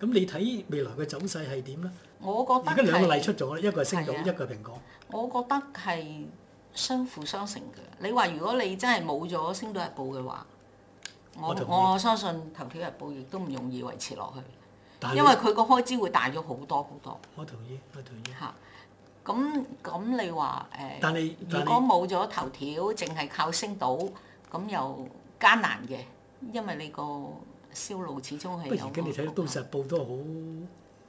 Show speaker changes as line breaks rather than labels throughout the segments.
咁你睇未來嘅走勢係點咧？
我覺
而家
得
兩個
係
例出咗啦，一個係星
係啊
島，一個係蘋果。
我覺得係相輔相成嘅。你話如果你真係冇咗《星島日報》嘅話，
我
我
同意
我相信《頭條日報》亦都唔容易維持落去，
但係
因為佢個開支會大咗好多好多
我同意，我同意。
嚇。咁咁你話誒？
但係
如
但
果
係
冇咗頭條，淨係靠升到，咁又艱難嘅，因為你個銷路始終係
不
有
過
個。
而家你睇到都市日報都好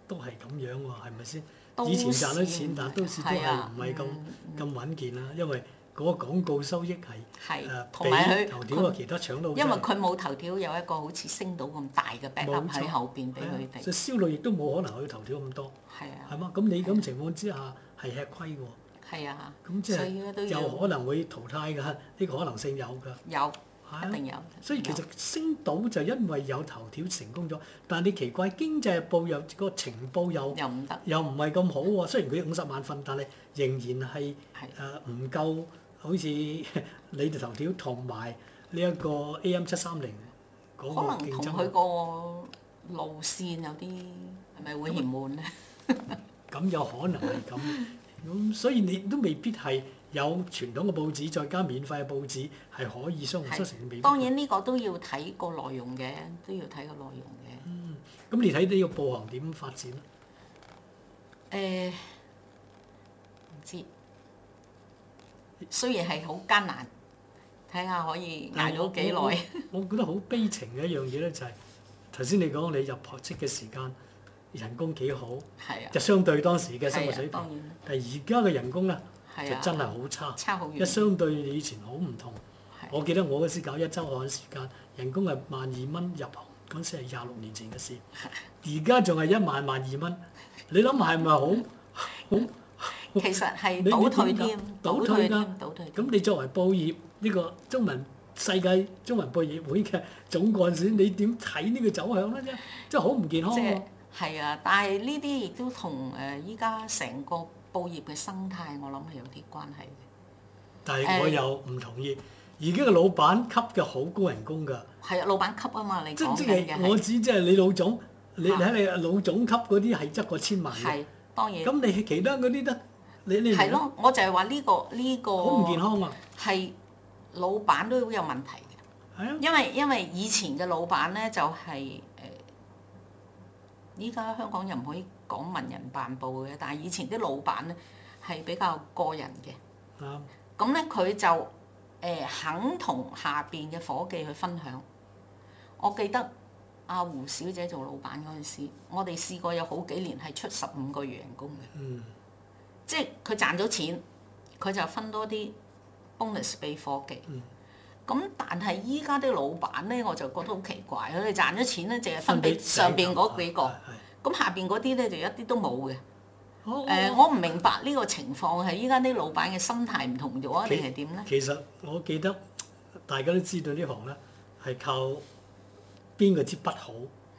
都係咁樣喎，係咪先？
都
以前
市
賺到錢，但都市都
係
係
啊
唔係咁
嗯
咁穩健啦，因為嗰個廣告收益係
係
誒，
同埋
比
佢
呃頭條啊
佢
其他搶到好犀利，
因為佢冇頭條，有一個好似升到咁大嘅 backup
冇錯
喺後邊俾
係啊
佢哋
所，以銷路亦都冇可能去頭條咁多，
係啊
係嘛？咁你咁情況之下係吃虧喎，
係啊，
咁即
所以咧都
係
要
有可能會淘汰㗎，呢個可能性有㗎，係
有
啊
一。定有。
所以其實星島就因為有頭條成功咗，但係你奇怪經濟日報又個情報又
有又唔得，
又唔係咁好喎。雖然佢五十萬份，但係仍然係
係
誒唔夠，好似 你哋頭條同埋呢一個 AM 七三零
可
嗰個
能
競
同
爭
佢
力，
個路線有啲係咪會嫌悶咧？
咁有可能係咁。 咁所以你都未必係有傳統嘅報紙，再加免費嘅報紙係可以相互
係
相成嘅美。
當然呢個都要睇個內容嘅，都要睇個內容嘅。
咁你睇呢個報行點發展咧？
誒、
嗯
唔知，雖然係好艱難，睇下可以捱到幾耐。
我覺得好悲情嘅一樣嘢咧，就係頭先你講你入學職嘅時間，人工幾 好，
係啊，
就相對當時嘅生活
係
水
啊，當
平。
然
但係而家嘅人工咧，就
係啊，
真係好差，
差好
一
遠。
相對以前好唔同。
係
我記得我嗰時搞一週學嘅時間，人工係萬二蚊入行，嗰陣時係廿六年前嘅 事，而家仲係一萬萬二蚊。你諗係咪好？
其實係
你
倒退
你點
添，
搞
倒
倒退
退
㗎
添，倒退。
咁你作為報業呢、個中文世界中文報業會嘅總幹事，你點睇呢個走向咧？真真係好唔健康
即係
喎！
係啊，但係呢啲亦都同誒依家成個報業嘅生態，我諗係有啲關係嘅。
但係我又唔同意，而家嘅老闆級嘅好高人工㗎，
係啊，老闆級啊嘛，你
即
講
即
緊嘅
係我
係
指即係你老總，你你
嚇
睇你老總級嗰啲係執過千萬嘅，
係當然
咁你其他嗰啲得你你明
係
唔明
咯，我就係話呢個呢個
好唔健康啊！
係老闆都有問題嘅。
係啊，
因為因為以前嘅老闆咧就係、誒，依、家香港又唔可以講文人辦報嘅，但係以前啲老闆咧係比較個人嘅，
啱
咁咧佢就誒、肯同下邊嘅伙計去分享。我記得阿胡小姐做老闆嗰陣時，我哋試過有好幾年係出十五個月人工嘅，
嗯
即係佢賺咗錢，佢就分多啲 bonus 俾伙計。
嗯，
咁但係依家啲老闆咧，我就覺得好奇怪，佢哋賺咗錢咧，淨係分
俾
俾上邊嗰
係
幾個，
係
咁下邊嗰啲咧就一啲都冇嘅。
好哦
誒、我唔明白呢個情況係依家啲老闆嘅心態唔同咗，定係點咧？
其實我記得大家都知道呢行咧係靠邊個支筆好，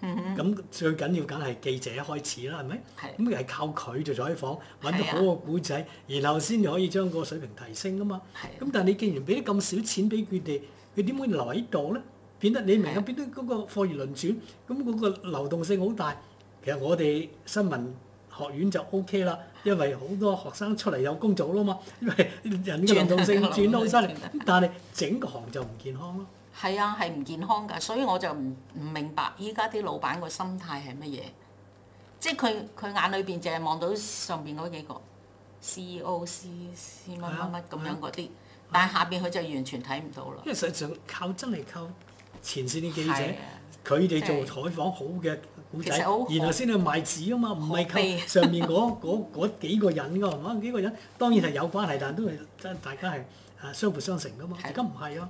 咁、最緊要梗係記者開始啦，係咪？
嗯係
咁係靠佢做採訪，揾到
係啊
好個古仔，然後先可以將個水平提升噶嘛。
係
咁但係你既然俾咗咁少錢俾佢哋，佢點會留喺度咧？變得你明
係
啊？
啊
變得嗰個貨如輪轉，咁嗰個流動性好大。其實我哋新聞學院就 O K 啦，因為好多學生出嚟有工做啦嘛， 因為人嘅流動性
轉
轉得好犀利
轉得。
但係整個行就唔健康咯。
係啊，係唔健康㗎，所以我就唔唔明白依家啲老闆個心態係乜嘢，即係佢佢眼裏邊淨係望到上邊嗰幾個 CEO、C C 乜乜乜咁樣嗰啲，但係下邊佢就完全睇唔到啦。
因為實際上靠真係靠前線嘅記者，
係啊。
佢
即
哋
係
做採訪好嘅古仔，
其實
然
好可
後先去賣紙啊嘛，唔係
可悲
靠 上面嗰嗰嗰幾個人噶嘛，幾個人當然係有關係，但都係真係大家係誒相輔相成噶嘛。
係
而家唔係啊，